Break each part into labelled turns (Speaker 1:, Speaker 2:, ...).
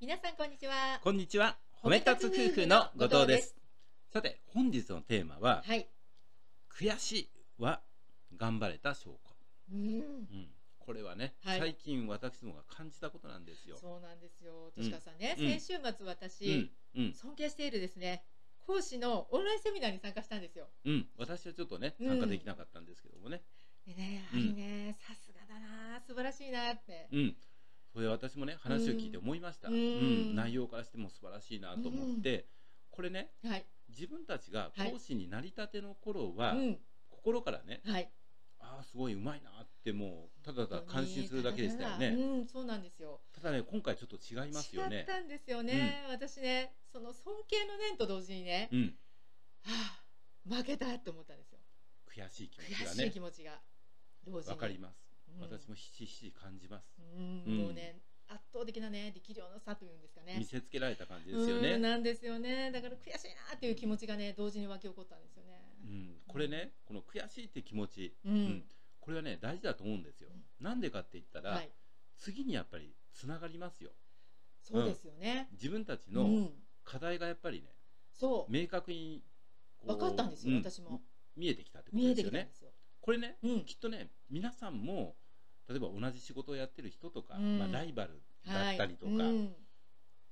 Speaker 1: 皆さんこんにちは。
Speaker 2: こんにちは。褒め立つ夫婦の後藤です。さて、本日のテーマは、
Speaker 1: はい。
Speaker 2: 悔しいは頑張れた証拠。
Speaker 1: うん。
Speaker 2: うん、これはね、
Speaker 1: はい
Speaker 2: 最近私もが感じたことなんですよ。
Speaker 1: そうなんですよ。としかさんね、
Speaker 2: うん
Speaker 1: 先週末
Speaker 2: う
Speaker 1: 私、
Speaker 2: ん、うん、
Speaker 1: 尊敬しているですね、講師のオンラインセミナーに参加したんですよ。
Speaker 2: うん、私はちょっとね、
Speaker 1: うん
Speaker 2: 参加できなかったんですけどもね。
Speaker 1: でね、やはりね、さすがだな、素晴らしいなって。
Speaker 2: うん、それ私もね、話を聞いて思いました。
Speaker 1: う
Speaker 2: うんん、内容からしても素晴らしいなと思って、これね、
Speaker 1: はい。
Speaker 2: 自分たちが
Speaker 1: はい
Speaker 2: 講師になりたての頃は、
Speaker 1: うん。
Speaker 2: 心からね、
Speaker 1: はい。
Speaker 2: ああ、すごい上手いなって、もう、ただただ感心するだけでしたよね。
Speaker 1: うん、そうなんですよ。
Speaker 2: ただね、今回ちょっと違いますよ
Speaker 1: 違っ
Speaker 2: ね。
Speaker 1: たんですよね。私ね、その尊敬の念と同時にね、
Speaker 2: うん、
Speaker 1: はあ、負けたって思ったんですよ。
Speaker 2: 悔しい気持ちが
Speaker 1: 悔しい
Speaker 2: ね
Speaker 1: 気、持ちが。同時に。
Speaker 2: わかります。
Speaker 1: うん
Speaker 2: 私もひしひし感じます。
Speaker 1: うん
Speaker 2: うん
Speaker 1: もうね圧倒的なね力量の差というんですか
Speaker 2: 見
Speaker 1: ね。
Speaker 2: せつけられた感じですよね
Speaker 1: うん。なんですよね。だから悔しいなっていう気持ちがね同時に湧き起こったんですよね。
Speaker 2: うん、これね、この悔しいって気持ち、
Speaker 1: うん。
Speaker 2: んこれはね、大事だと思うんですよ。なんでかって言ったら、
Speaker 1: はい。
Speaker 2: 次にやっぱりつながりますよ。
Speaker 1: そうですよね。
Speaker 2: 自分たち
Speaker 1: う
Speaker 2: の
Speaker 1: ん
Speaker 2: 課題がやっぱりね、
Speaker 1: そう。
Speaker 2: 明確にこう
Speaker 1: 分かったんですよ
Speaker 2: う
Speaker 1: 私も
Speaker 2: 見えてきたってこと
Speaker 1: 見え
Speaker 2: です
Speaker 1: てき
Speaker 2: よ
Speaker 1: たん
Speaker 2: ね
Speaker 1: で。すよ。
Speaker 2: これね、
Speaker 1: うん
Speaker 2: きっとね、皆さんも例えば同じ仕事をやってる人とか、
Speaker 1: うん
Speaker 2: まあライバルだ
Speaker 1: は
Speaker 2: っ
Speaker 1: い。
Speaker 2: たりと
Speaker 1: う
Speaker 2: か。
Speaker 1: ん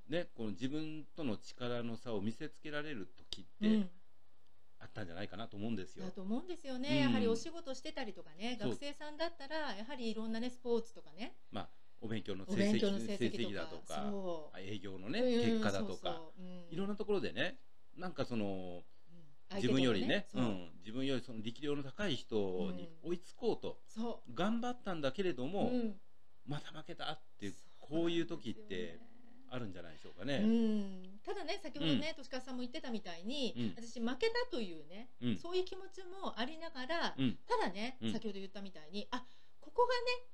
Speaker 2: ね、この自分との力の差を見せつけられる時
Speaker 1: う
Speaker 2: って
Speaker 1: ん
Speaker 2: あったんじゃないかなと思うんですよ
Speaker 1: だ。と思うんですよ
Speaker 2: うん
Speaker 1: ね。やはりお仕事してたりとかね、
Speaker 2: そう
Speaker 1: 学生さんだったらやはりいろんなねスポーツとかね、
Speaker 2: まあ、お勉強の
Speaker 1: お
Speaker 2: 成
Speaker 1: 勉
Speaker 2: 績
Speaker 1: 強の成
Speaker 2: 成
Speaker 1: 績
Speaker 2: 績
Speaker 1: と
Speaker 2: だ
Speaker 1: か
Speaker 2: と、か
Speaker 1: そう
Speaker 2: 営業の、ね、
Speaker 1: うん
Speaker 2: 結果だとか、、いろん
Speaker 1: な
Speaker 2: なところでねなんかその自分よりねうん、自分よりその力量の高い人に追いつこうと、
Speaker 1: そ
Speaker 2: 頑張ったんだけれど
Speaker 1: う。
Speaker 2: も、
Speaker 1: うん
Speaker 2: また負けたっていう
Speaker 1: そ
Speaker 2: こういう
Speaker 1: なん
Speaker 2: 時っ
Speaker 1: ですよ
Speaker 2: て
Speaker 1: ね
Speaker 2: あるんじゃないでしょうか
Speaker 1: う
Speaker 2: ね。
Speaker 1: ん、ただね先ほどね、としかさんも言ってたみたいに、
Speaker 2: うん
Speaker 1: 私負けたというね、
Speaker 2: うん
Speaker 1: そういう気持ちもありながら、
Speaker 2: うん
Speaker 1: ただね、
Speaker 2: うん
Speaker 1: 先ほど言ったみたいにあここ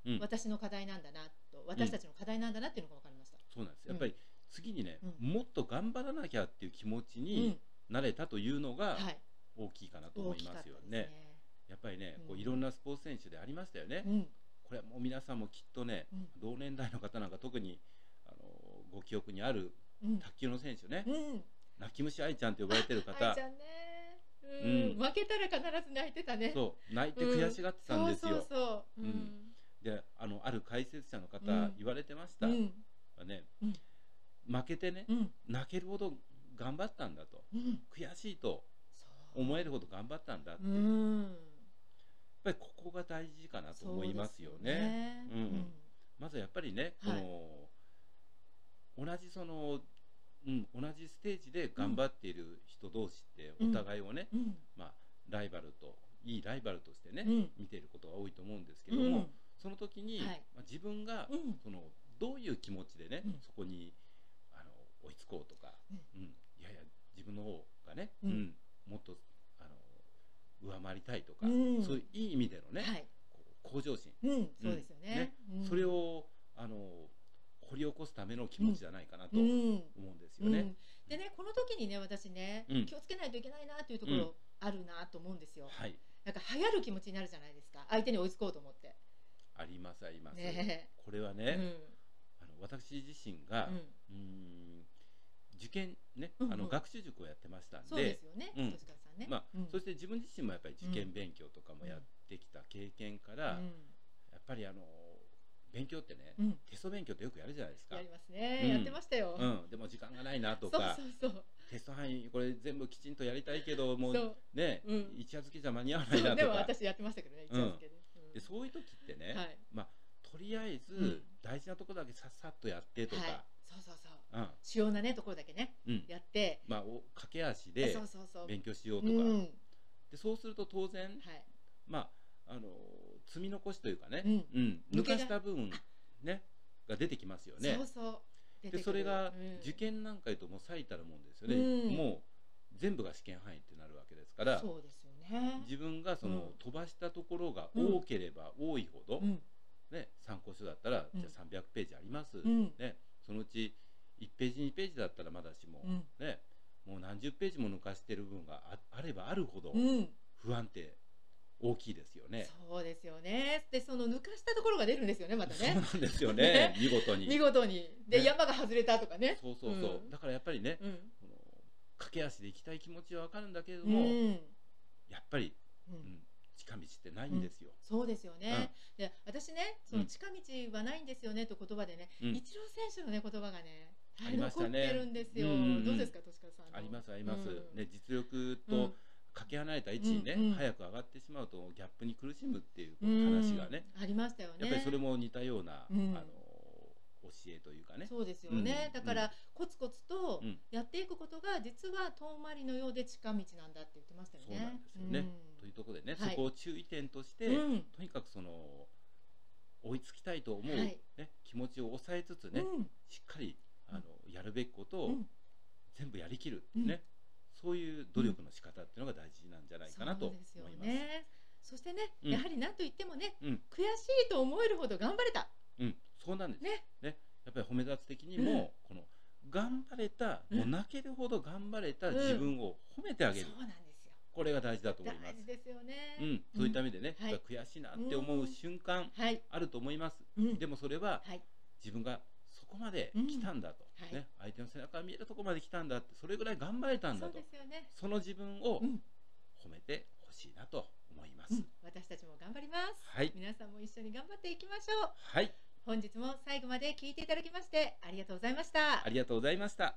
Speaker 1: がね、
Speaker 2: うん
Speaker 1: 私の課題なんだなと私たちの課題なんだなっていうのが分かりました。
Speaker 2: そうなんですやっぱり次にね、
Speaker 1: う
Speaker 2: もっと頑張らなきゃっていう気持ち
Speaker 1: う
Speaker 2: に
Speaker 1: ん
Speaker 2: なれたというのが、
Speaker 1: はい、
Speaker 2: 大きいかなと
Speaker 1: 大
Speaker 2: 思い
Speaker 1: きかった
Speaker 2: ま
Speaker 1: ですす
Speaker 2: よね。
Speaker 1: ね。
Speaker 2: やっぱりね、
Speaker 1: う
Speaker 2: こうんいろんなスポーツ選手でありましたよね。
Speaker 1: うん
Speaker 2: これはもう皆さんもきっとね、
Speaker 1: うん
Speaker 2: 同年代の方なんか特にあのご記憶にある
Speaker 1: うん
Speaker 2: 卓球の選手ね、
Speaker 1: うん、
Speaker 2: 泣き虫愛ちゃんと呼ばれてる
Speaker 1: あい
Speaker 2: 方
Speaker 1: ち、ゃんね、うん
Speaker 2: うん
Speaker 1: 負けたら必ず泣いてたね。
Speaker 2: そう泣いて悔しがってたんですよ。
Speaker 1: そうそうそう。う
Speaker 2: うんで、あのある解説者の方、
Speaker 1: うん
Speaker 2: 言われてました、
Speaker 1: うん
Speaker 2: ね、
Speaker 1: うん
Speaker 2: 負けてね、
Speaker 1: うん
Speaker 2: 泣けるほど頑張ったんだと、
Speaker 1: うん、
Speaker 2: 悔しいと
Speaker 1: そう
Speaker 2: 思えるほど頑張ったんだって、
Speaker 1: う
Speaker 2: やっ
Speaker 1: ん、
Speaker 2: ぱりここが大事かなと思いますよ
Speaker 1: そうです
Speaker 2: ね。
Speaker 1: ね
Speaker 2: うんまずはやっぱりね、
Speaker 1: はい
Speaker 2: この同じその、うん、同じステージで頑張っている人同士って
Speaker 1: うん
Speaker 2: お互いをね、
Speaker 1: うん
Speaker 2: まあ、ライバルといいライバルとしてね、
Speaker 1: うん
Speaker 2: 見ていることが多いと思うんですけ
Speaker 1: う
Speaker 2: ど
Speaker 1: ん
Speaker 2: も、その時に、
Speaker 1: はい
Speaker 2: まあ、自分が、
Speaker 1: うん
Speaker 2: そのどういう気持ちでね、
Speaker 1: うん
Speaker 2: そこにあの追いつこうとか、うんいやいや自分の方がね、
Speaker 1: うん
Speaker 2: もっとあの上回りたいとか、
Speaker 1: うん
Speaker 2: そういういい意味でのね、
Speaker 1: はい
Speaker 2: こう向上心
Speaker 1: うん、そうですよね
Speaker 2: ね。
Speaker 1: うん
Speaker 2: それをあの掘り起こすための気持ちじゃないかなと
Speaker 1: う
Speaker 2: 思
Speaker 1: ん
Speaker 2: うんです
Speaker 1: う
Speaker 2: よね。
Speaker 1: んでねこの時にね私ね、
Speaker 2: うん
Speaker 1: 気をつけないといけないなというところあるなと思うんですよ。
Speaker 2: はい、
Speaker 1: なんか流行る気持ちになるじゃないですか相手に追いつこうと思って。
Speaker 2: ありますあります。
Speaker 1: ね
Speaker 2: これは
Speaker 1: う
Speaker 2: ね、
Speaker 1: ん
Speaker 2: あの私自身が、
Speaker 1: うん
Speaker 2: うーん受験ね、
Speaker 1: うんうん
Speaker 2: あの学習塾をやってましたん
Speaker 1: そうで
Speaker 2: で、
Speaker 1: すよね。
Speaker 2: うん
Speaker 1: 戸塚さんね。
Speaker 2: まあ
Speaker 1: うん
Speaker 2: そして自分自身もやっぱり受
Speaker 1: うん
Speaker 2: 験勉強とかもやってきた経験から、
Speaker 1: う
Speaker 2: や
Speaker 1: ん
Speaker 2: っぱりあの勉強ってね、
Speaker 1: うん
Speaker 2: テスト勉強ってよくやるじゃないですか
Speaker 1: や。りますね、
Speaker 2: うん
Speaker 1: やってましたよ。
Speaker 2: うん、でも時間がないなと
Speaker 1: そう
Speaker 2: か
Speaker 1: そうそう。
Speaker 2: テスト範囲これ全部きちんとやりたいけども
Speaker 1: そうう
Speaker 2: ね、
Speaker 1: うん
Speaker 2: 一夜漬けじゃ間に合わない
Speaker 1: そう
Speaker 2: な
Speaker 1: で
Speaker 2: と
Speaker 1: も
Speaker 2: か
Speaker 1: 私やってましたけどね一夜漬けで。うん
Speaker 2: でそういう時ってね、
Speaker 1: はい
Speaker 2: とりあえ
Speaker 1: うん
Speaker 2: ず大事なところだけさっさっとやってとか、
Speaker 1: はい。そうそうそう。
Speaker 2: うん
Speaker 1: 主要なねところだけね
Speaker 2: うん
Speaker 1: やって。
Speaker 2: まあ、お駆け足
Speaker 1: あ
Speaker 2: で
Speaker 1: そうそうそう。
Speaker 2: 勉強しようと
Speaker 1: う
Speaker 2: か、
Speaker 1: んは
Speaker 2: でそうすると当然、
Speaker 1: い。
Speaker 2: まあ、あのー積み残しというかね、
Speaker 1: うん
Speaker 2: うん
Speaker 1: 抜
Speaker 2: 抜
Speaker 1: けが
Speaker 2: かした部分、ね、が出てきますよね
Speaker 1: そうそう出てく
Speaker 2: で
Speaker 1: る
Speaker 2: それが
Speaker 1: うん
Speaker 2: 受験なんかいうともう最たるもんですよね、
Speaker 1: うん
Speaker 2: もう全部が試験範囲ってなるわけですから。
Speaker 1: そうですよね
Speaker 2: 自分がその
Speaker 1: うん
Speaker 2: 飛ばしたところが多ければ多いほど、
Speaker 1: うん
Speaker 2: ね、参考書だったら、
Speaker 1: うん
Speaker 2: じゃあ300ページあります、
Speaker 1: うん
Speaker 2: ね、そのうち1ページ2ページだったらまだしも、
Speaker 1: うん
Speaker 2: ね、もう何十ページも抜かしてる部分がああればあるほど
Speaker 1: うん
Speaker 2: 不安定大きいですよね。
Speaker 1: そうですよね。で、その抜かしたところが出るんですよね、また
Speaker 2: そう
Speaker 1: ね。
Speaker 2: なんですよ
Speaker 1: ね
Speaker 2: ね。見事に。
Speaker 1: 見事に。で、
Speaker 2: ね
Speaker 1: 山が外れたとかね。
Speaker 2: そうそうそう。
Speaker 1: うん
Speaker 2: だからやっぱりね、
Speaker 1: うん。
Speaker 2: この駆け足で行きたい気持ちはわかるんだけれど
Speaker 1: うん
Speaker 2: も、やっぱり、
Speaker 1: う
Speaker 2: うんん、近道ってないんですよ。
Speaker 1: そうですよね。で、私ね、その近道はないんですよねと言葉でね、
Speaker 2: うん
Speaker 1: イチロー選手のね、言葉がね、
Speaker 2: ありましたね
Speaker 1: 残ってるんですよ
Speaker 2: うんうんう。ん
Speaker 1: どうですか、としかさんの。
Speaker 2: ありますあります、
Speaker 1: うん
Speaker 2: ね実力
Speaker 1: う
Speaker 2: と
Speaker 1: ん
Speaker 2: かけ離れた位置にね、
Speaker 1: うんうん
Speaker 2: 早く上がってしまうとギャップに苦しむっていうこの話がね、
Speaker 1: うん。ありましたよね。
Speaker 2: やっぱりそれも似たような、
Speaker 1: うん
Speaker 2: あの教えというかね
Speaker 1: そうですよね、
Speaker 2: う
Speaker 1: だ
Speaker 2: ん
Speaker 1: からコツコツと
Speaker 2: うん
Speaker 1: やっていくことが実は遠回りのようで近道なんだって言ってましたよね。
Speaker 2: そうなんですよねというところでね、
Speaker 1: はい
Speaker 2: そこを注意点として、
Speaker 1: うんうん
Speaker 2: とにかくその追いつきたいと思う、
Speaker 1: はい
Speaker 2: ね、気持ちを抑えつつね、
Speaker 1: うん
Speaker 2: しっかりあのやるべきこと
Speaker 1: う
Speaker 2: を
Speaker 1: ん
Speaker 2: 全部やりきるっていうね、
Speaker 1: うん
Speaker 2: そういう努力の仕方っていうのが大事なんじゃないかなと
Speaker 1: そう
Speaker 2: 思い
Speaker 1: で
Speaker 2: ますす。
Speaker 1: よね。そしてね、
Speaker 2: うん
Speaker 1: やはり何と言ってもね、
Speaker 2: うん
Speaker 1: 悔しいと思えるほど頑張れた。
Speaker 2: うん、そうなんです
Speaker 1: ね
Speaker 2: やっぱり褒め立つ的にも、この頑張れた、
Speaker 1: うん
Speaker 2: もう泣けるほど頑張れた自分を褒めてあげる、
Speaker 1: そうなんですよ。
Speaker 2: これが大事だと思いま
Speaker 1: 大
Speaker 2: す
Speaker 1: 事。ですよね。
Speaker 2: うん、そういった意味でね、
Speaker 1: はい
Speaker 2: やっぱり悔しいなって思う瞬間
Speaker 1: はい。
Speaker 2: あると思います。
Speaker 1: うん
Speaker 2: でもそれは
Speaker 1: はい。
Speaker 2: 自分がそこまで来たんだと、
Speaker 1: うんはい
Speaker 2: ね、相手の背中が見えるとこまで来たんだって、それぐらい頑張れたんだ
Speaker 1: そう
Speaker 2: と
Speaker 1: で、すよね。
Speaker 2: その自分を
Speaker 1: うん、
Speaker 2: 褒めてほしいなと思いま
Speaker 1: う
Speaker 2: す。
Speaker 1: ん私たちも頑張ります。
Speaker 2: はい、
Speaker 1: 皆さんも一緒に頑張っていきましょう。
Speaker 2: はい、
Speaker 1: 本日も最後まで聞いていただきましてありがとうございました
Speaker 2: あ。りがとうございました。